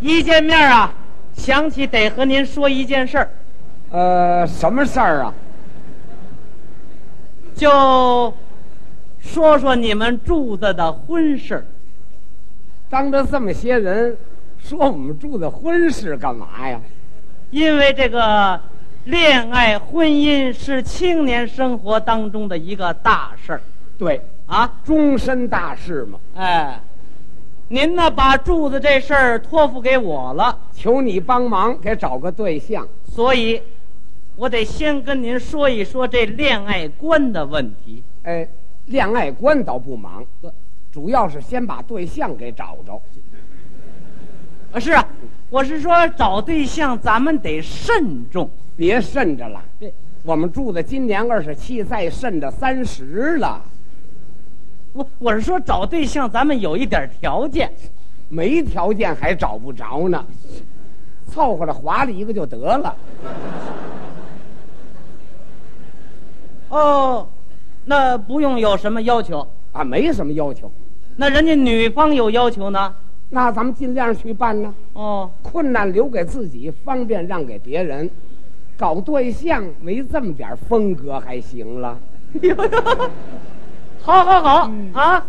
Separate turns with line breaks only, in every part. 一见面啊，想起得和您说一件事儿，
呃，什么事儿啊？
就说说你们柱子的婚事儿。
当着这么些人，说我们住的婚事干嘛呀？
因为这个恋爱婚姻是青年生活当中的一个大事儿
对，
啊！
终身大事嘛，
哎，您呢把柱子这事儿托付给我了，
求你帮忙给找个对象。
所以，我得先跟您说一说这恋爱观的问题。
哎，恋爱观倒不忙，主要是先把对象给找着。
啊，是啊，我是说找对象咱们得慎重。
别慎着了，
对，
我们住的今年二十七，再慎着三十了，
我我是说找对象咱们有一点条件。
没条件还找不着呢，凑合着划了一个就得了。
哦，那不用有什么要求。
啊，没什么要求，
那人家女方有要求呢？
那咱们尽量去办呢。
哦，
困难留给自己，方便让给别人。搞对象没这么点风格还行了，
好好好、啊！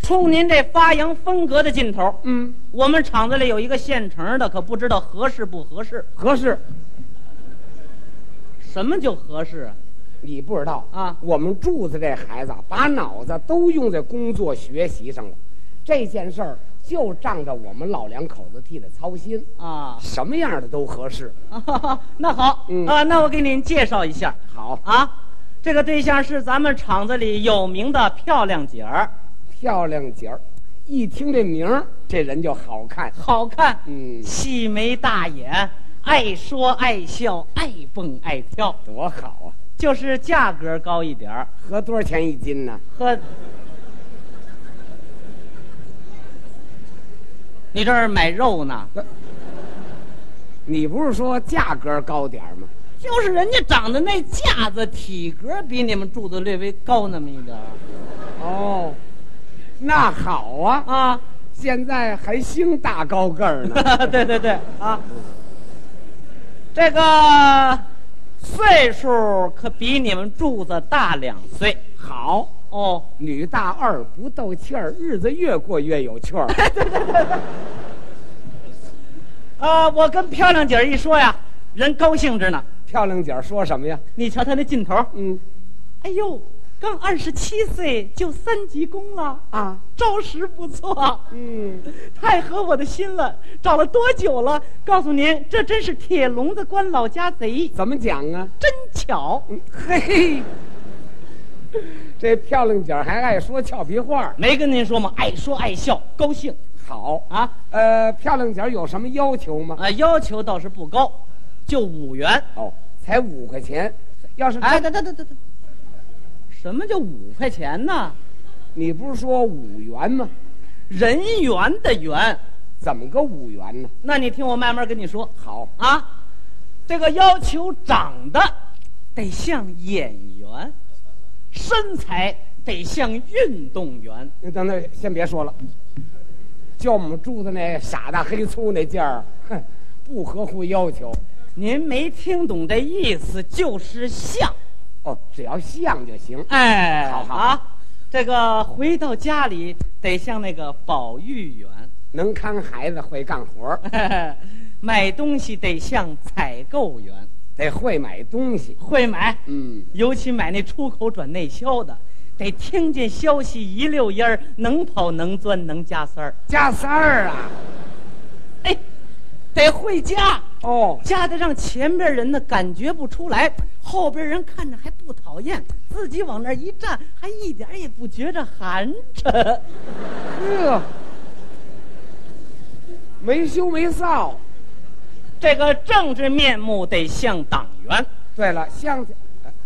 冲您这发扬风格的劲头，
嗯，
我们厂子里有一个现成的，可不知道合适不合适。
合适。
什么就合适啊？
你不知道
啊
我们柱子这孩子啊把脑子都用在工作学习上了，这件事儿就仗着我们老两口子替他操心，
啊，
什么样的都合适。
那好，
嗯
啊，那我给您介绍一下
好，
啊，这个对象是咱们厂子里有名的漂亮姐儿，
漂亮姐儿，一听这名儿，这人就好看。
好看，
嗯
细眉大眼，爱说爱笑，爱蹦爱跳，
多好啊！
就是价格高一点儿，
合多少钱一斤呢？
和。你这儿买肉呢？
你不是说价格高点儿吗？
就是人家长得那架子，体格比你们住的略微高那么一点儿
哦，那好啊，
啊。
现在还兴大高个儿呢。
对对对啊，这个岁数可比你们柱子大两岁
好，
哦。
女大二不斗气儿，日子越过越有趣儿。
啊，我跟漂亮姐儿一说呀，人高兴着呢。
漂亮姐儿说什么呀？
你瞧她那劲头儿，
嗯
哎呦，刚二十七岁就三级工了，
啊，
着实不错，
嗯，
太合我的心了。找了多久了？告诉您，这真是铁笼子关老家贼，
怎么讲啊？
真巧。
嗯嘿，这漂亮姐儿还爱说俏皮话儿。
没跟您说吗？爱说爱笑，高兴
好，
啊。
呃，漂亮姐儿有什么要求吗？
啊，要求倒是不高，就五元。
哦，才五块钱。要是
哎，
真，
等等等等等，什么叫五块钱呢？
你不是说五元吗？
人元的元。
怎么个五元呢？
那你听我慢慢跟你说
好，
啊，这个要求长得得像演员，身材得像运动员。
那等等，先别说了。就我们住的那傻大黑粗那劲儿，哼，不合乎要求。
您没听懂这意思，就是像。
哦，只要像就行。
哎，
好好
啊，这个回到家里得像那个保育员。
能看孩子，会干活儿，
买东西得像采购员，
得会买东西。
会买，
嗯，
尤其买那出口转内销的，得听见消息一溜烟儿，能跑能钻能加塞儿。
加三儿啊。
哎，得会加，
哦，
加的让前边人呢感觉不出来，后边人看着还不讨厌，自己往那儿一站还一点儿也不觉着寒碜。
呵，没羞没臊。
这个政治面目得像党员
对了，像，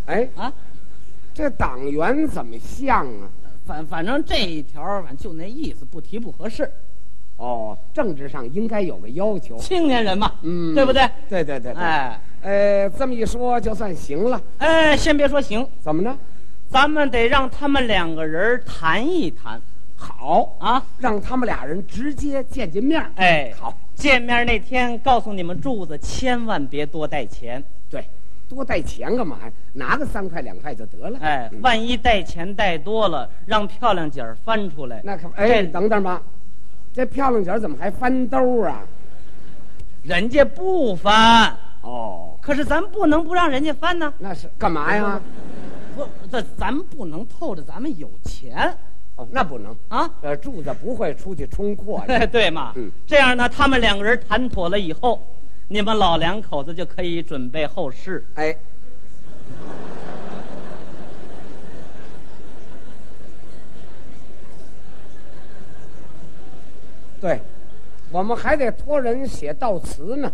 哎，
啊，
这党员怎么像啊？
反反正这一条儿反正就那意思，不提不合适。
哦，政治上应该有个要求。
青年人嘛，
嗯，
对不对？
对对对对。
哎，
呃，这么一说就算行了。
哎，先别说行，
怎么呢？
咱们得让他们两个人谈一谈。
好，
啊！
让他们俩人直接见见面儿。
哎，
好，
见面那天告诉你们柱子，千万别多带钱。
对，多带钱干嘛呀？拿个三块两块就得了。
哎，
嗯
万一带钱带多了，让漂亮姐儿翻出来。
那可哎，
这
等等吧，这漂亮姐儿怎么还翻兜啊？
人家不翻，
哦，
可是咱不能不让人家翻呢。
那是干嘛呀？
不，这咱不能透着咱们有钱
哦，那不能。
啊。
呃，柱子不会出去冲阔的。
哎，对嘛，
嗯
这样呢，他们两个人谈妥了以后，你们老两口子就可以准备后事。
哎，对，我们还得托人写悼词呢。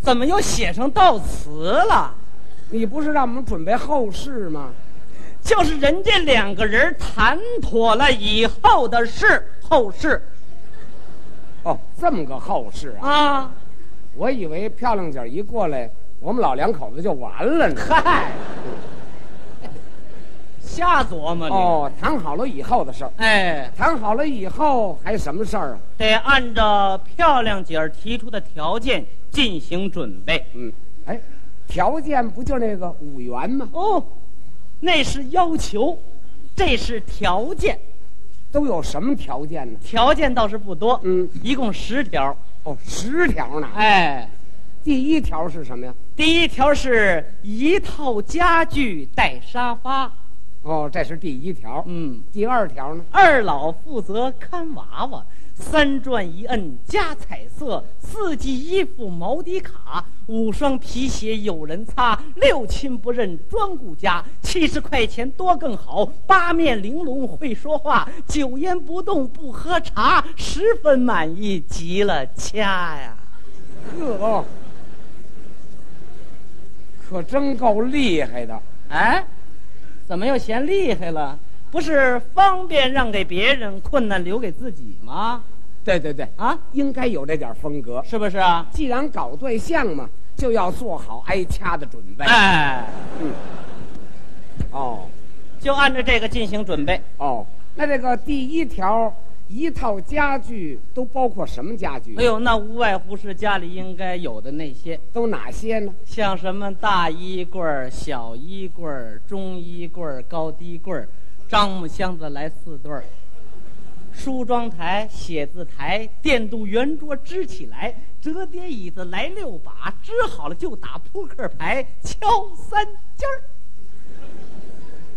怎么又写成悼词了？
你不是让我们准备后事吗？
就是人家两个人谈妥了以后的事，后事
哦，这么个后事啊！
啊。
我以为漂亮姐儿一过来，我们老两口子就完 了呢。嗨，
瞎琢磨你。
哦，谈好了以后的事儿，
哎，
谈好了以后还什么事儿啊？
得按照漂亮姐儿提出的条件进行准备。
嗯，哎，条件不就那个五元吗？
哦，那是要求，这是条件。
都有什么条件呢？
条件倒是不多，
嗯，
一共十条。
哦，十条呢。
哎，
第一条是什么呀？
第一条是一套家具带沙发，
哦，这是第一条。
嗯，
第二条呢？
二老负责看娃娃，三转一摁加彩色，四季衣服毛底卡，五双皮鞋有人擦，六亲不认庄顾家，七十块钱多更好，八面玲珑会说话，九烟不动不喝茶，十分满意极了掐呀！
呵、哦，可真够厉害的。
哎，怎么又嫌厉害了？不是方便让给别人，困难留给自己吗？
对对对，
啊，
应该有这点风格。
是不是啊？
既然搞对象嘛，就要做好挨掐的准备。
哎，
哦
就按照这个进行准备。
哦，那这个第一条，一套家具都包括什么家具？
哎呦，那无外乎是家里应该有的那些，
都哪些呢？
像什么大衣柜儿、小衣柜儿、中衣柜儿、高低柜儿，樟木箱子来四对儿，梳妆台、写字台、电镀圆桌支起来，折叠椅子来六把，支好了就打扑克牌，敲三尖儿。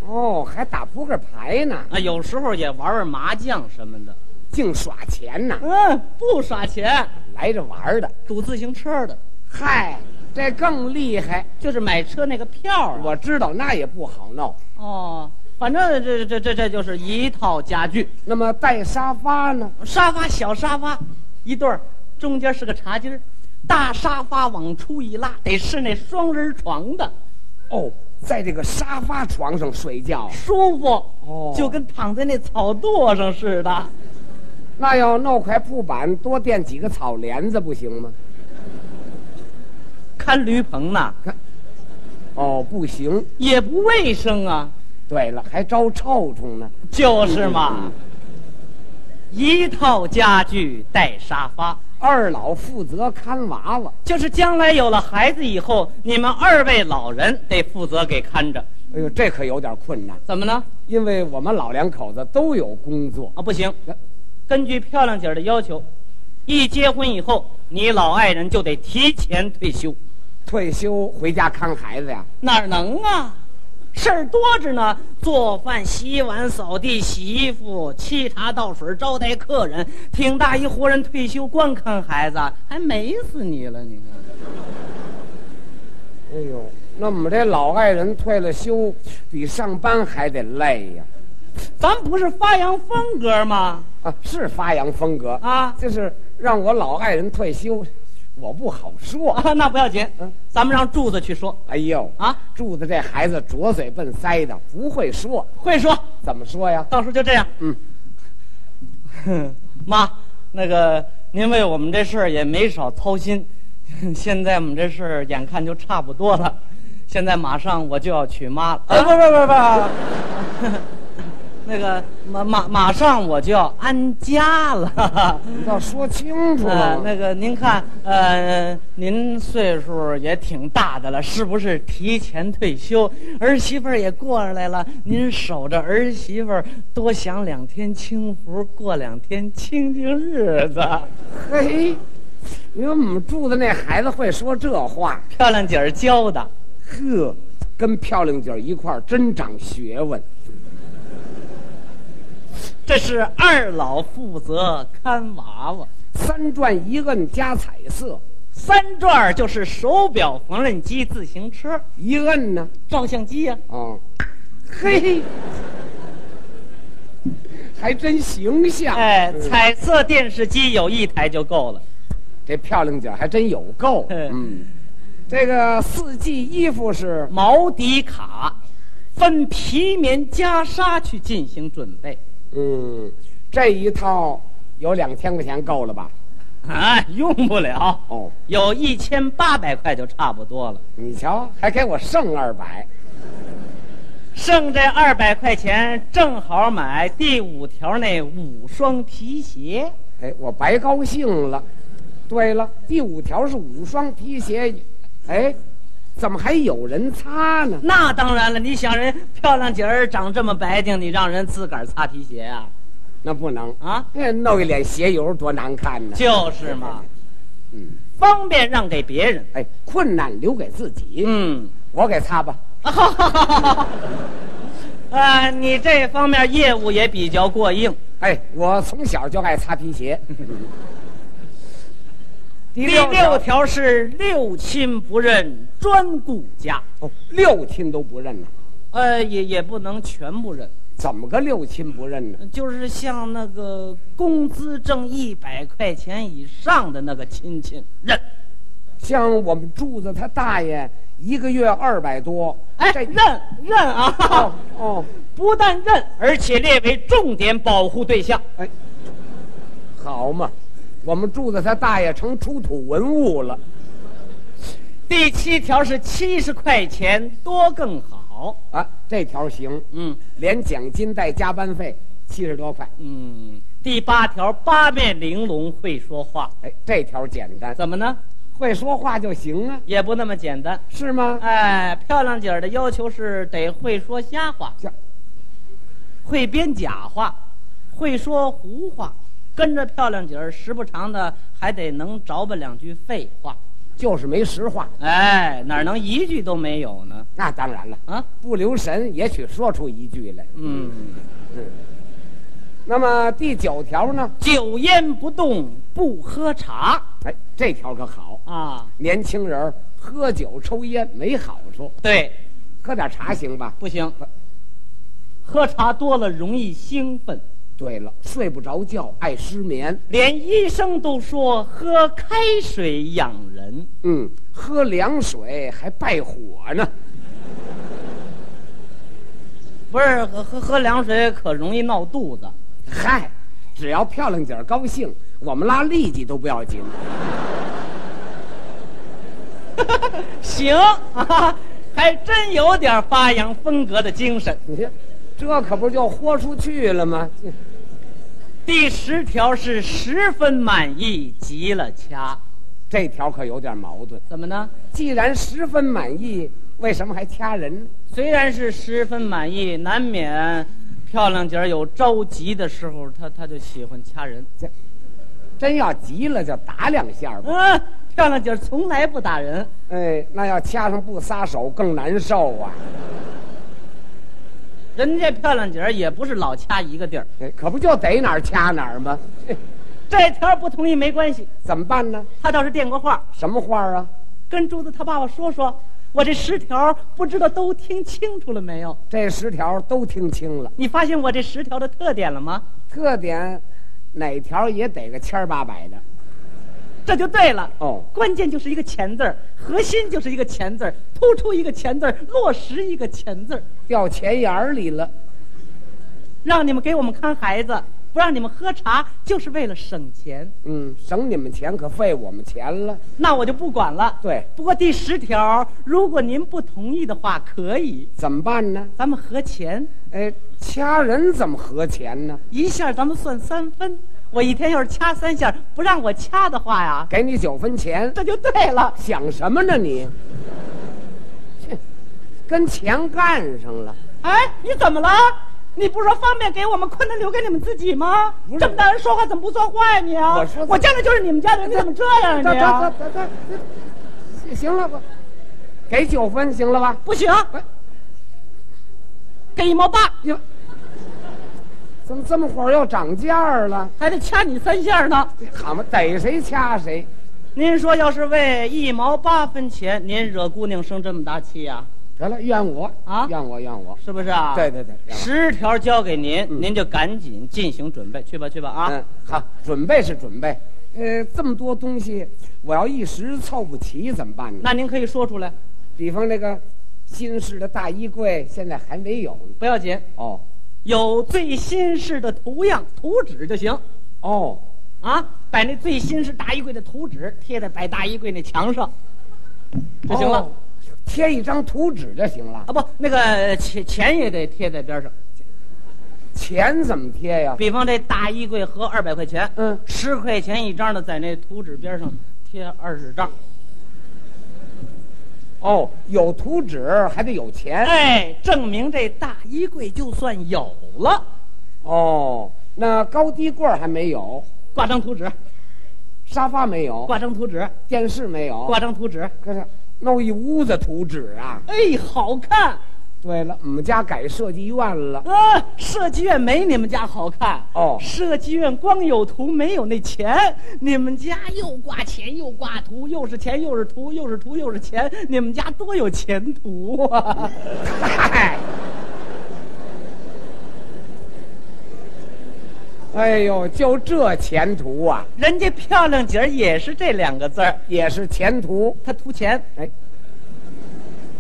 哦，还打扑克牌呢，
啊，有时候也玩玩麻将什么的。
净耍钱呢，
嗯，不耍钱，
来这玩儿的。
赌自行车的，
嗨，这更厉害。
就是买车那个票啊。
我知道那也不好闹。
哦，反正这这这这就是一套家具，
那么带沙发呢？
沙发小沙发，一对儿，中间是个茶几儿，大沙发往出一拉，得是那双人床的，
哦，在这个沙发床上睡觉，
舒服，
哦
就跟躺在那草垛上似的。
那要弄块铺板，多垫几个草帘子不行吗？
看驴棚呢，
哦，不行。
也不卫生啊，
对了，还招臭虫呢。
就是嘛。一套家具带沙发，
二老负责看娃娃。
就是将来有了孩子以后，你们二位老人得负责给看着。
哎呦，这可有点困难，
怎么呢？
因为我们老两口子都有工作。
啊，不行，根据漂亮姐儿的要求，一结婚以后，你老爱人就得提前退休。
退休回家看孩子呀？
哪儿能啊？事儿多着呢，做饭、洗碗、扫地、洗衣服、沏茶倒水、招待客人，挺大一活人退休，光看孩子，还美死你了！你看，
哎呦，那我们这老爱人退了休，比上班还得累呀。
咱不是发扬风格吗？
啊，是发扬风格
啊
就是让我老爱人退休，我不好说。
啊，那不要紧，咱们让柱子去说
哎呦，
啊，
柱子这孩子拙嘴笨腮的，不会说，
会说。
怎么说呀？
到时候就这样。嗯， 妈，那个您为我们这事儿也没少操心， 现在我们这事儿眼看就差不多了，现在马上我就要娶妈了。
哎，不不不不，
啊那个马马马上我就要安家了。
你倒说清楚
呃
了，。
那个您看，呃，您岁数也挺大的了，是不是提前退休？儿媳妇儿也过来了，您守着儿媳妇儿多享两天清福，过两天清静日子。
嘿，因为我们住的那孩子会说这话，
漂亮姐儿教的，
呵，跟漂亮姐儿一块儿真长学问。
这是二老负责看娃娃，
三转一摁加彩色，
三转儿就是手表、缝纫机、自行车、
一摁呢，
照相机呀、
啊、嘿， 还真形象。
哎，
嗯
彩色电视机有一台就够了。
这漂亮姐儿还真有够。
嗯
嗯，这个四季衣服是
毛迪卡，分皮棉袈裟去进行准备。
嗯，这一套有两千块钱够了吧？
啊，用不了，
哦，
有一千八百块就差不多了，
你瞧，还给我剩二百。
剩这二百块钱正好买第五条那五双皮鞋。
哎，我白高兴了。对了，第五条是五双皮鞋，哎，怎么还有人擦呢？
那当然了，你想人漂亮姐儿长这么白净，你让人自个儿擦皮鞋啊？
那不能，
啊，
那弄一脸鞋油多难看呢。
就是嘛，
嗯，
方便让给别人。
哎，困难留给自己，
嗯。
我给擦吧。
啊，你这方面业务也比较过硬。
哎，我从小就爱擦皮 鞋。第
第六
条
条是六亲不认，专顾家。
哦六亲都不认呢，
呃，也也不能全部认，呃
怎么个六亲不认呢？
就是像那个工资挣一百块钱以上的那个亲戚认。
像我们柱子他大爷，一个月二百多，
哎，
这
认认啊
哦！哦，
不但认，而且列为重点保护对象。
哎，好嘛，我们柱子他大爷成出土文物了。
第七条是七十块钱多更好。
啊，这条行，
嗯
连奖金带加班费七十多块。
嗯。第八条八面玲珑会说话，
哎，这条简单，
怎么呢？
会说话就行啊，
也不那么简单。
是吗？
哎，漂亮姐儿的要求是得会说瞎话，
这
会编假话，会说胡话，跟着漂亮姐儿时不常的还得能着吧两句废话。
就是没实话。
哎，哪能一句都没有呢？
那当然了，
啊，
不留神也许说出一句来。
嗯，
那么第九条呢？
酒烟不动，不喝茶
哎，这条可好，
啊。
年轻人儿喝酒抽烟没好处，
对，
喝点茶行吧？
不行，喝茶多了容易兴奋，
对了，睡不着觉，爱失眠。
连医生都说喝开水养人。
嗯，喝凉水还败火呢。
不是喝喝喝凉水可容易闹肚子，
嗨，只要漂亮姐儿高兴，我们拉痢疾都不要紧。
行 啊，还真有点发扬风格的精神。
你看，这可不就豁出去了吗？
第十条是十分满意，极了掐，
这条可有点矛盾。
怎么呢？
既然十分满意，为什么还掐人呢？
虽然是十分满意，难免漂亮姐儿有着急的时候，她她就喜欢掐人。
真要急了就打两下吧。
嗯，漂亮姐儿从来不打人。
哎，那要掐上不撒手更难受啊！
人家漂亮姐儿也不是老掐一个地儿，
哎可不就逮哪儿掐哪儿吗？嘿
这条不同意没关系，
怎么办呢？
她倒是电过话，
什么话啊？
跟珠子他爸爸说说，我这十条不知道都听清楚了没有？
这十条都听清了，
你发现我这十条的特点了吗？
特点哪条也得个千儿八百的。
这就对了。
哦
关键就是一个“钱”字儿，核心就是一个“钱”字儿，突出一个“钱”字儿，落实一个“钱”字儿，
掉钱眼儿里了。
让你们给我们看孩子，不让你们喝茶，就是为了省钱。
嗯，省你们钱可费我们钱了。
那我就不管了。
对
不过第十条，如果您不同意的话，可以，
怎么办呢？
咱们合钱，
哎，掐人怎么合钱呢？
一下咱们算三分。我一天要是掐三下，不让我掐的话呀，
给你九分钱，
这就对了。
想什么呢你？ 切跟钱干上了，
哎，你怎么了？你不是说方便给我们，困难留给你们自己吗
不？是
这么大人说话怎么不算话呀、你啊？
我说
我见的就是你们家的人，你怎么这样
这
啊？
这
你啊
这这这这，行了吧？给九分行了吧？
不行
不，
给一毛八
哟，怎么这么会儿又涨价了？
还得掐你三下呢。
好嘛，逮谁掐谁。
您说要是为一毛八分钱，您惹姑娘生这么大气呀、
得了，怨我
啊
怨我怨我。
是不是啊？
对对对怨我
十条交给您，您就赶紧进行准备，去吧去吧啊！
嗯，好，准备是准备。呃，这么多东西，我要一时凑不齐怎么办呢？
那您可以说出来，
比方那个新式的大衣柜，现在还没有呢。
不要紧，
哦，
有最新式的图样图纸就行。
哦，
啊，把那最新式大衣柜的图纸贴在摆大衣柜那墙上，就行了、
哦贴一张图纸就行了
啊。。不，那个钱钱也得贴在边上。
钱怎么贴呀？
比方这大衣柜合二百块钱，
嗯
十块钱一张的，在那图纸边上贴二十张。
哦，有图纸还得有钱。
哎，证明这大衣柜就算有了，
哦，那高低柜儿还没有，
挂张图纸，
沙发没有，
挂张图纸，
电视没有，
挂张图纸。
可是弄一屋子图纸啊。
哎，好看。
对了，我们家改设计院了。
啊，设计院没你们家好看
哦
设计院光有图没有那钱，你们家又挂钱又挂图，又是钱又是图，又是图又是钱，你们家多有前途啊！
嗨，哎呦，就这前途啊，
人家漂亮姐儿也是这两个字儿，
也是前途。
她图钱。
哎，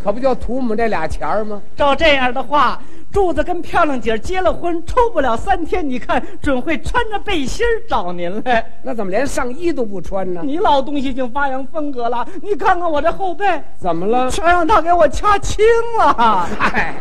可不就图我们这俩钱儿吗？
照这样的话，柱子跟漂亮姐儿结了婚，出不了三天，你看准会穿着背心儿找您来。
那怎么连上衣都不穿呢？
你老东西已经发扬风格了，你看看我这后背，
怎么了？
全让他给我掐青了。
嗨。